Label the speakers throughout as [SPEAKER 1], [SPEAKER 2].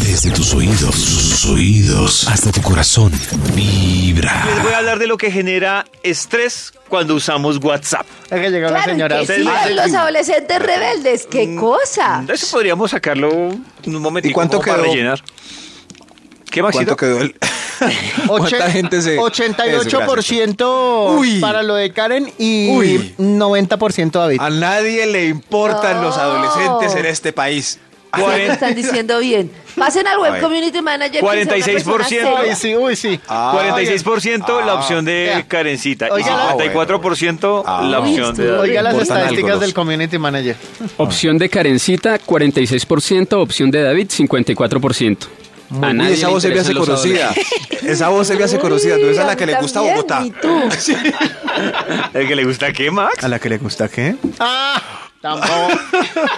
[SPEAKER 1] Desde tus oídos, sus oídos, hasta tu corazón,
[SPEAKER 2] Les
[SPEAKER 1] vibra.
[SPEAKER 2] voy a hablar de lo que genera estrés cuando usamos WhatsApp.
[SPEAKER 3] Es que llegó la
[SPEAKER 4] Claro
[SPEAKER 3] señora.
[SPEAKER 4] que
[SPEAKER 2] usted es
[SPEAKER 4] sí, a los adolescentes rebeldes,
[SPEAKER 5] Mm,
[SPEAKER 4] qué cosa.
[SPEAKER 2] Eso podríamos sacarlo en un momento.
[SPEAKER 5] ¿Y cuánto
[SPEAKER 2] para
[SPEAKER 5] quedó?
[SPEAKER 2] rellenar? ¿Qué,
[SPEAKER 5] ¿Cuánto
[SPEAKER 2] Maxito?
[SPEAKER 5] quedó el...? ¿Cuánta gente se-
[SPEAKER 3] 88%
[SPEAKER 5] Uy.
[SPEAKER 3] para lo de Karen y
[SPEAKER 5] Uy. Ah,
[SPEAKER 3] 90% David.
[SPEAKER 5] A nadie le importan los
[SPEAKER 4] No.
[SPEAKER 5] adolescentes en este país.
[SPEAKER 4] Sí, lo están diciendo bien. Pasen al
[SPEAKER 5] A
[SPEAKER 4] web
[SPEAKER 5] ver.
[SPEAKER 4] community manager. que es una
[SPEAKER 2] 46%.
[SPEAKER 4] persona
[SPEAKER 3] Uy,
[SPEAKER 4] seria.
[SPEAKER 3] sí, uy, sí.
[SPEAKER 5] Ah,
[SPEAKER 2] 46% la
[SPEAKER 5] ah,
[SPEAKER 2] opción de
[SPEAKER 3] vea.
[SPEAKER 2] Karencita y
[SPEAKER 3] Oiga, la-
[SPEAKER 2] 54%
[SPEAKER 5] Ah,
[SPEAKER 2] la
[SPEAKER 4] bueno.
[SPEAKER 2] opción de
[SPEAKER 4] Uy,
[SPEAKER 2] David.
[SPEAKER 3] Oiga las
[SPEAKER 5] Botan
[SPEAKER 3] estadísticas
[SPEAKER 5] algo,
[SPEAKER 3] del
[SPEAKER 5] los-
[SPEAKER 3] community manager.
[SPEAKER 6] Opción de Karencita, 46%. Opción de David, 54%. A
[SPEAKER 5] Uy,
[SPEAKER 6] nadie
[SPEAKER 5] esa
[SPEAKER 6] le
[SPEAKER 5] voz se me hace
[SPEAKER 6] interesan los
[SPEAKER 5] conocida. Esa voz se me hace
[SPEAKER 4] Uy,
[SPEAKER 5] conocida. No es a
[SPEAKER 4] a
[SPEAKER 5] la
[SPEAKER 4] mí
[SPEAKER 5] que le gusta
[SPEAKER 4] también,
[SPEAKER 5] Bogotá.
[SPEAKER 4] ni tú.
[SPEAKER 5] Sí.
[SPEAKER 2] ¿El que le gusta qué, Max?
[SPEAKER 5] ¿A la que le gusta qué?
[SPEAKER 3] Ah, tampoco.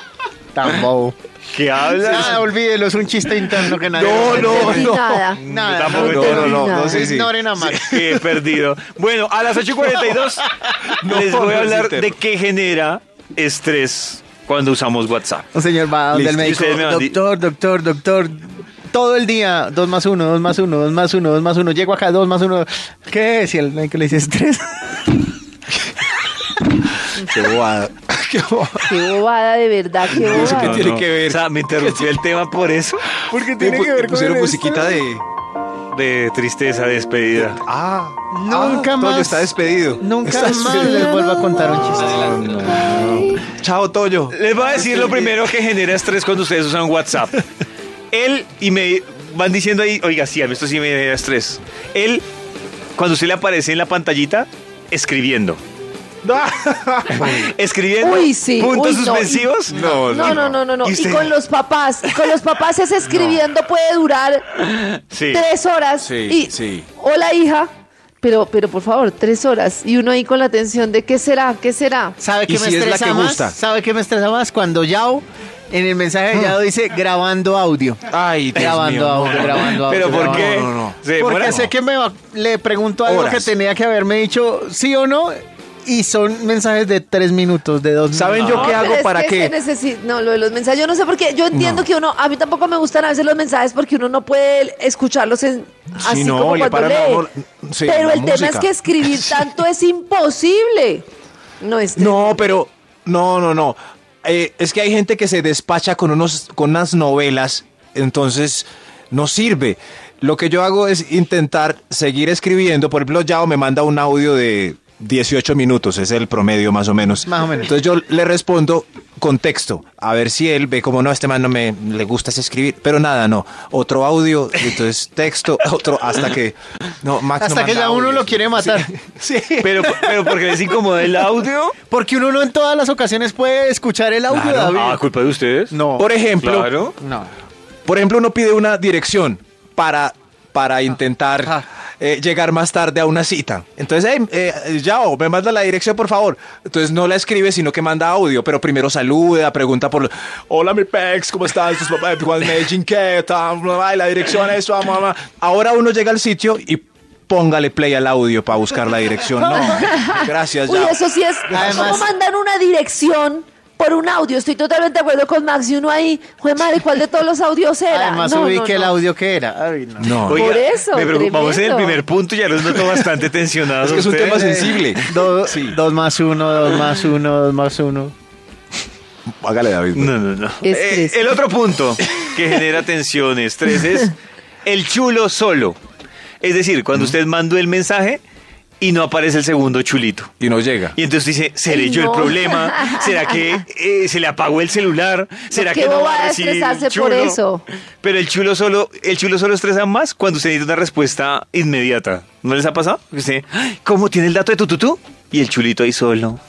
[SPEAKER 3] tampoco.
[SPEAKER 2] ¿Qué
[SPEAKER 3] Nada,
[SPEAKER 2] hablas?
[SPEAKER 3] olvídelo, es un chiste interno que nadie.
[SPEAKER 5] No,
[SPEAKER 3] va a
[SPEAKER 5] no,
[SPEAKER 3] entender.
[SPEAKER 4] Ni
[SPEAKER 5] no.
[SPEAKER 4] nada.
[SPEAKER 3] Nada.
[SPEAKER 2] Yo tampoco
[SPEAKER 5] No, no, no, no, sí, sí.
[SPEAKER 3] Ignoren a Max.
[SPEAKER 2] Qué perdido. Bueno, a las 8.42 les voy a hablar
[SPEAKER 5] Maxito.
[SPEAKER 2] de qué genera estrés cuando usamos WhatsApp.
[SPEAKER 3] Un señor va donde
[SPEAKER 2] Listo. Y
[SPEAKER 3] el médico.
[SPEAKER 2] ustedes me van di-
[SPEAKER 3] Doctor, doctor, doctor. Todo el día, 2 más 1, 2 más 1, 2 más 1, 2 más 1. Llego acá, 2 más 1. ¿Qué? Si el médico le dice estrés.
[SPEAKER 5] Qué bobada. Qué bobada.
[SPEAKER 4] Qué bobada, de verdad, qué
[SPEAKER 5] ¿Qué
[SPEAKER 4] bobada.
[SPEAKER 5] tiene que ver?
[SPEAKER 2] O sea, me interrumpió el tema por eso.
[SPEAKER 3] Porque
[SPEAKER 5] Pu- Pusieron musiquita de...
[SPEAKER 2] De tristeza, despedida.
[SPEAKER 5] Ah.
[SPEAKER 3] Nunca
[SPEAKER 5] ah,
[SPEAKER 3] más.
[SPEAKER 5] Toño está despedido.
[SPEAKER 3] Nunca
[SPEAKER 5] Está
[SPEAKER 3] más
[SPEAKER 5] despedido.
[SPEAKER 3] les vuelvo a contar un chiste.
[SPEAKER 5] Ah. Chao, Toño.
[SPEAKER 2] Les voy a decir lo primero que genera estrés cuando ustedes usan WhatsApp. Él y me van diciendo ahí, oiga, sí, a mí esto sí me genera estrés. Él, cuando usted le aparece en la pantallita, escribiendo. escribiendo
[SPEAKER 4] Uy, sí.
[SPEAKER 2] puntos
[SPEAKER 4] uy, no,
[SPEAKER 2] suspensivos.
[SPEAKER 4] y- No, no, no, no, no.
[SPEAKER 2] ¿Y
[SPEAKER 4] Y,
[SPEAKER 2] usted?
[SPEAKER 4] con los papás. Y con los papás es escribiendo puede durar
[SPEAKER 2] Sí.
[SPEAKER 4] tres horas.
[SPEAKER 5] Sí,
[SPEAKER 4] y,
[SPEAKER 5] sí.
[SPEAKER 4] Hola, hija. Pero, pero por favor, tres horas. Y uno ahí con la atención de qué será, qué será.
[SPEAKER 3] ¿Sabe
[SPEAKER 5] Y
[SPEAKER 3] qué me
[SPEAKER 5] si es la
[SPEAKER 3] estresa
[SPEAKER 5] que
[SPEAKER 3] más?
[SPEAKER 5] gusta.
[SPEAKER 3] ¿Sabe qué me estresa más? Cuando Yao, en el mensaje de Yao
[SPEAKER 5] Mm.
[SPEAKER 3] dice grabando audio.
[SPEAKER 5] Ay, Dios
[SPEAKER 3] grabando
[SPEAKER 5] mío, no,
[SPEAKER 3] audio,
[SPEAKER 5] no, no.
[SPEAKER 3] grabando audio.
[SPEAKER 2] Pero ¿por
[SPEAKER 3] grabando
[SPEAKER 2] qué?
[SPEAKER 3] audio.
[SPEAKER 5] No, no, no.
[SPEAKER 2] ¿Se demora?
[SPEAKER 3] Porque sé que me va- le pregunto algo
[SPEAKER 5] Eh, Horas.
[SPEAKER 3] que tenía que haberme dicho sí o no. Y son mensajes de tres minutos, de dos
[SPEAKER 5] ¿Saben
[SPEAKER 3] minutos.
[SPEAKER 5] yo qué
[SPEAKER 4] No, pero
[SPEAKER 5] hago
[SPEAKER 4] es
[SPEAKER 5] para
[SPEAKER 4] que
[SPEAKER 5] qué?
[SPEAKER 4] se necesi- no, lo de los mensajes, yo no sé por qué. Yo entiendo que uno, a mí tampoco me gustan a veces los mensajes porque uno no puede escucharlos en, así
[SPEAKER 5] no,
[SPEAKER 4] como
[SPEAKER 5] le
[SPEAKER 4] cuando
[SPEAKER 5] paran
[SPEAKER 4] lee.
[SPEAKER 5] la mor- sí,
[SPEAKER 4] pero
[SPEAKER 5] la
[SPEAKER 4] el tema es
[SPEAKER 5] música.
[SPEAKER 4] que escribir tanto es imposible. No este, es.
[SPEAKER 3] este.
[SPEAKER 5] No, pero no, no, no. Eh, es que hay gente que se despacha con unos con unas novelas, entonces no sirve. Lo que yo hago es intentar seguir escribiendo. Por ejemplo, Yao me manda un audio de 18 minutos, es el promedio más o menos.
[SPEAKER 3] Más o menos.
[SPEAKER 5] Entonces yo le respondo con texto, a ver si él ve como no, este man no me le gusta ese escribir, pero nada, no. Otro audio, entonces texto, otro, hasta que no, Max no
[SPEAKER 3] Hasta que
[SPEAKER 5] manda
[SPEAKER 3] ya uno
[SPEAKER 5] audios.
[SPEAKER 3] lo quiere matar.
[SPEAKER 5] Sí.
[SPEAKER 2] Pero, pero porque les incomoda el audio.
[SPEAKER 3] Porque uno no en todas las ocasiones puede escuchar el audio, David.
[SPEAKER 2] Ah, culpa de ustedes.
[SPEAKER 3] No.
[SPEAKER 5] Por ejemplo,
[SPEAKER 2] Claro.
[SPEAKER 3] No.
[SPEAKER 5] Por ejemplo, uno pide una dirección para, para intentar
[SPEAKER 3] ah.
[SPEAKER 5] eh, llegar más tarde a una cita. Entonces, "Hey, eh, Yao, me manda la dirección, por favor. Entonces no la escribe, sino que manda audio, pero primero saluda, pregunta por... lo- Hola, mi pex, ¿cómo estás? Tus papás, ¿Cuál es Medellín? ¿Qué? Tam, bla, bla, y La dirección es... bla, bla, bla". Ahora uno llega al sitio y póngale play al audio para buscar la dirección. No, gracias,
[SPEAKER 4] Uy,
[SPEAKER 5] Yao.
[SPEAKER 4] eso sí es.
[SPEAKER 3] Además-
[SPEAKER 4] ¿Cómo mandan una dirección por un audio? Estoy totalmente de acuerdo con Max y uno ahí. Jue madre, ¿cuál de todos los audios era?
[SPEAKER 3] Además
[SPEAKER 4] No,
[SPEAKER 3] ubique
[SPEAKER 4] no,
[SPEAKER 3] el
[SPEAKER 4] no.
[SPEAKER 3] audio que era. Ay, no.
[SPEAKER 5] No,
[SPEAKER 4] Por eso,
[SPEAKER 2] me preocupamos en el
[SPEAKER 4] tremendo.
[SPEAKER 2] primer punto, ya los noto bastante tensionados.
[SPEAKER 5] es que es un
[SPEAKER 2] ustedes.
[SPEAKER 5] tema sensible.
[SPEAKER 3] Do- Dos más uno, dos más uno, dos más uno.
[SPEAKER 5] Hágale, David.
[SPEAKER 2] No, no, no.
[SPEAKER 4] Estrés.
[SPEAKER 2] Eh, el otro punto que genera tensión, estrés, es el chulo solo. Es decir, cuando usted mandó el mensaje y no aparece el segundo chulito.
[SPEAKER 5] Y no llega.
[SPEAKER 2] Y entonces dice, ¿seré
[SPEAKER 4] Ay,
[SPEAKER 2] yo
[SPEAKER 4] no.
[SPEAKER 2] el problema? ¿Será que eh, se le apagó el celular? ¿Será
[SPEAKER 4] qué
[SPEAKER 2] que no va
[SPEAKER 4] bobada
[SPEAKER 2] a recibir
[SPEAKER 4] estresarse
[SPEAKER 2] chulo?
[SPEAKER 4] por eso.
[SPEAKER 2] Pero el chulo solo, el chulo solo estresa más cuando usted necesita una respuesta inmediata. ¿No les ha pasado? Que Usted, "Ay, ¿cómo tiene el dato de tu tutú? Y el chulito ahí solo,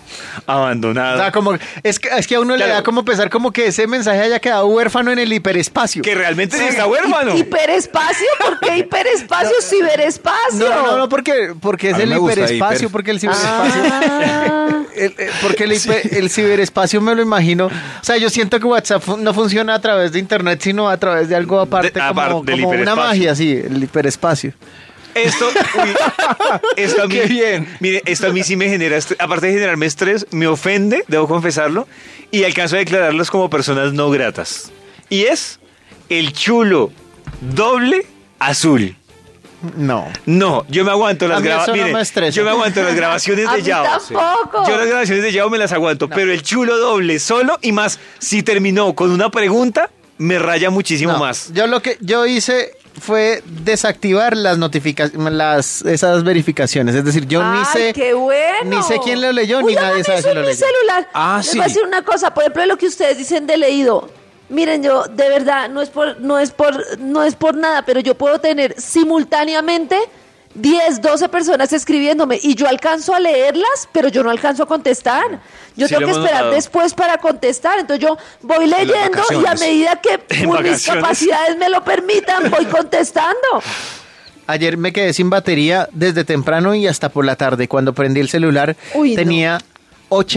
[SPEAKER 2] abandonado.
[SPEAKER 3] O sea, como, es, que, es que a uno
[SPEAKER 2] Claro.
[SPEAKER 3] le da como pesar como que ese mensaje haya quedado huérfano en el hiperespacio.
[SPEAKER 2] que realmente no está huérfano.
[SPEAKER 4] ¿Hiperespacio? ¿Por qué hiperespacio? Ciberespacio.
[SPEAKER 3] No, no, no, porque, porque es
[SPEAKER 5] A mí
[SPEAKER 3] el
[SPEAKER 5] me gusta
[SPEAKER 3] hiperespacio,
[SPEAKER 5] hiper.
[SPEAKER 3] porque el ciberespacio...
[SPEAKER 4] Ah.
[SPEAKER 3] el- eh, porque el, hiper- el ciberespacio me lo imagino. O sea, yo siento que WhatsApp fu- no funciona a través de Internet, sino a través de algo aparte,
[SPEAKER 2] De-
[SPEAKER 3] como,
[SPEAKER 2] aparte del
[SPEAKER 3] como una
[SPEAKER 2] hiperespacio.
[SPEAKER 3] magia, sí, el hiperespacio.
[SPEAKER 2] Esto, uy, esto a mí,
[SPEAKER 5] Qué bien.
[SPEAKER 2] Mire, esto a mí sí me genera, estre- aparte de generarme estrés, me ofende, debo confesarlo, y alcanzo a declararlos como personas no gratas. Y es el chulo doble azul.
[SPEAKER 3] No.
[SPEAKER 2] No, yo me aguanto
[SPEAKER 3] A
[SPEAKER 2] las
[SPEAKER 3] mí eso no me
[SPEAKER 2] grabaciones.
[SPEAKER 3] estresa.
[SPEAKER 2] Yo me aguanto las grabaciones
[SPEAKER 4] A
[SPEAKER 2] de
[SPEAKER 4] mí
[SPEAKER 2] Yao.
[SPEAKER 4] tampoco.
[SPEAKER 2] Yo las grabaciones de Yao me las aguanto, pero el chulo doble solo y más si terminó con una pregunta me raya muchísimo
[SPEAKER 3] no.
[SPEAKER 2] más.
[SPEAKER 3] Yo lo que yo hice fue desactivar las notificaciones, las, esas verificaciones. Es decir, yo ni
[SPEAKER 4] Ay,
[SPEAKER 3] sé.
[SPEAKER 4] qué bueno.
[SPEAKER 3] Ni sé quién lo leyó, ni
[SPEAKER 4] Uy, hagan
[SPEAKER 3] nadie sabe
[SPEAKER 4] eso
[SPEAKER 3] si lo
[SPEAKER 4] en mi
[SPEAKER 3] leyó.
[SPEAKER 4] celular.
[SPEAKER 5] Ah,
[SPEAKER 4] Les
[SPEAKER 5] sí.
[SPEAKER 4] voy a decir una cosa, por ejemplo, lo que ustedes dicen de leído. Miren, yo de verdad no es por no es por no es por nada, pero yo puedo tener simultáneamente 10, 12 personas escribiéndome y yo alcanzo a leerlas, pero yo no alcanzo a contestar. Yo
[SPEAKER 2] Sí, lo
[SPEAKER 4] tengo que
[SPEAKER 2] hemos
[SPEAKER 4] esperar
[SPEAKER 2] notado.
[SPEAKER 4] después para contestar, entonces yo voy leyendo y a
[SPEAKER 5] vacaciones.
[SPEAKER 4] medida que
[SPEAKER 2] En
[SPEAKER 4] mis
[SPEAKER 2] vacaciones.
[SPEAKER 4] capacidades me lo permitan, voy contestando.
[SPEAKER 3] Ayer me quedé sin batería desde temprano y hasta por la tarde. Cuando prendí el celular,
[SPEAKER 4] Uy, no.
[SPEAKER 3] tenía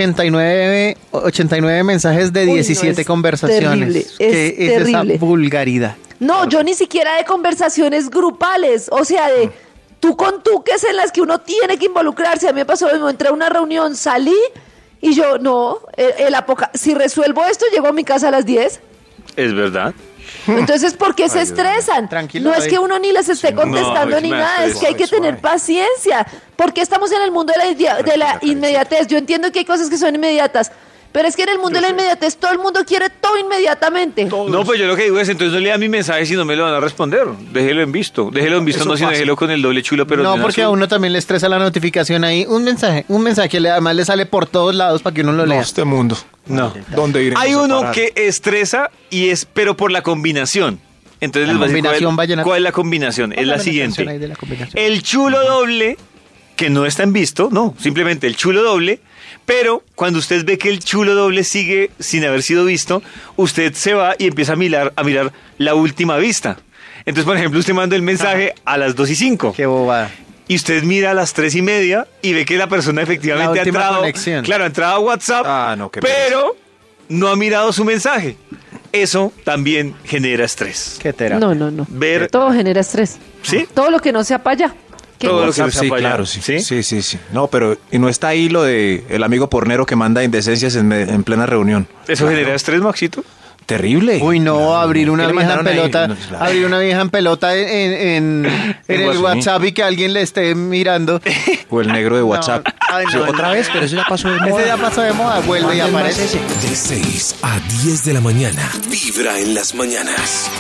[SPEAKER 3] 89, 89 mensajes de
[SPEAKER 4] Uy, no,
[SPEAKER 3] 17
[SPEAKER 4] es terrible,
[SPEAKER 3] conversaciones.
[SPEAKER 4] es
[SPEAKER 3] ¿Qué
[SPEAKER 4] terrible.
[SPEAKER 3] esa vulgaridad?
[SPEAKER 4] No, yo ni siquiera de conversaciones grupales, o sea, de tú con tú, que es en las que uno tiene que involucrarse. A mí me pasó lo mismo, entré a una reunión, salí y yo, no, el, el apoca- si resuelvo esto, llego a mi casa a las 10.
[SPEAKER 2] Es verdad.
[SPEAKER 4] Entonces, ¿por qué se estresan?
[SPEAKER 3] Tranquilo,
[SPEAKER 4] no es
[SPEAKER 3] ahí.
[SPEAKER 4] que uno ni les esté contestando
[SPEAKER 2] es
[SPEAKER 4] ni
[SPEAKER 2] más,
[SPEAKER 4] nada, es
[SPEAKER 2] es
[SPEAKER 4] que hay que
[SPEAKER 5] suave,
[SPEAKER 4] tener paciencia. Porque estamos en el mundo de la, idia- de la inmediatez. Yo entiendo que hay cosas que son inmediatas, pero es que en el mundo de la inmediatez todo el mundo quiere todo inmediatamente.
[SPEAKER 2] No, pues yo lo que digo es, entonces no lea mi mensaje si no me lo van a responder. Déjelo en visto. Déjelo en visto, no, sino déjelo con el doble chulo, pero
[SPEAKER 3] no,
[SPEAKER 2] en
[SPEAKER 3] porque a
[SPEAKER 2] azul.
[SPEAKER 3] uno también le estresa la notificación ahí. Un mensaje, un mensaje que le- además le sale por todos lados para que uno lo
[SPEAKER 5] No,
[SPEAKER 3] lea.
[SPEAKER 5] este mundo.
[SPEAKER 2] No.
[SPEAKER 5] ¿Dónde iremos
[SPEAKER 2] Hay
[SPEAKER 5] a
[SPEAKER 2] uno
[SPEAKER 5] parar?
[SPEAKER 2] que estresa y es, pero por la combinación. Entonces
[SPEAKER 3] La
[SPEAKER 2] les voy a decir
[SPEAKER 3] combinación
[SPEAKER 2] cuál,
[SPEAKER 3] vallenata.
[SPEAKER 2] cuál es la combinación. Es la
[SPEAKER 3] Póngame atención
[SPEAKER 2] siguiente.
[SPEAKER 3] ahí de la combinación.
[SPEAKER 2] El chulo doble, que no está en visto, no, simplemente el chulo doble, pero cuando usted ve que el chulo doble sigue sin haber sido visto, usted se va y empieza a mirar, a mirar la última vista. Entonces, por ejemplo, usted manda el mensaje a las 2 y 5
[SPEAKER 3] Qué bobada.
[SPEAKER 2] y usted mira a las tres y media y ve que la persona efectivamente
[SPEAKER 3] La
[SPEAKER 2] ha
[SPEAKER 3] última
[SPEAKER 2] entrado.
[SPEAKER 3] conexión.
[SPEAKER 2] Claro, ha entrado a WhatsApp,
[SPEAKER 5] Ah, no, qué
[SPEAKER 2] pero no ha mirado su mensaje. Eso también genera estrés.
[SPEAKER 3] Qué terapia.
[SPEAKER 4] No, no, no.
[SPEAKER 2] Ver-
[SPEAKER 4] Todo genera estrés.
[SPEAKER 2] ¿Sí?
[SPEAKER 4] Todo lo que no sea para allá. ¿Qué?
[SPEAKER 2] Todo lo que
[SPEAKER 5] WhatsApp,
[SPEAKER 2] se
[SPEAKER 5] sí,
[SPEAKER 2] apoya.
[SPEAKER 5] claro, sí.
[SPEAKER 2] ¿Sí?
[SPEAKER 5] ¿Sí? sí, sí, No, pero y no está ahí lo de el amigo pornero que manda indecencias en, me- en plena reunión.
[SPEAKER 2] ¿Eso
[SPEAKER 5] Claro.
[SPEAKER 2] genera estrés, Maxito?
[SPEAKER 5] Terrible.
[SPEAKER 3] Eh. Uy, no, abrir una
[SPEAKER 5] ¿Qué le
[SPEAKER 3] vieja en
[SPEAKER 5] mandaron ahí?
[SPEAKER 3] pelota,
[SPEAKER 5] No, claro.
[SPEAKER 3] abrir una vieja en pelota en, en- en- en el
[SPEAKER 5] WhatsApp.
[SPEAKER 3] WhatsApp y que alguien le esté mirando.
[SPEAKER 5] O el negro de WhatsApp.
[SPEAKER 3] Ay, no,
[SPEAKER 5] Yo, Otra
[SPEAKER 3] no.
[SPEAKER 5] vez, pero eso ya pasó de
[SPEAKER 3] Ese ya
[SPEAKER 5] moda.
[SPEAKER 3] pasó de moda, vuelve y
[SPEAKER 5] Manden más
[SPEAKER 3] aparece.
[SPEAKER 5] ese.
[SPEAKER 1] De 6 a 10 de la mañana. Vibra en las mañanas.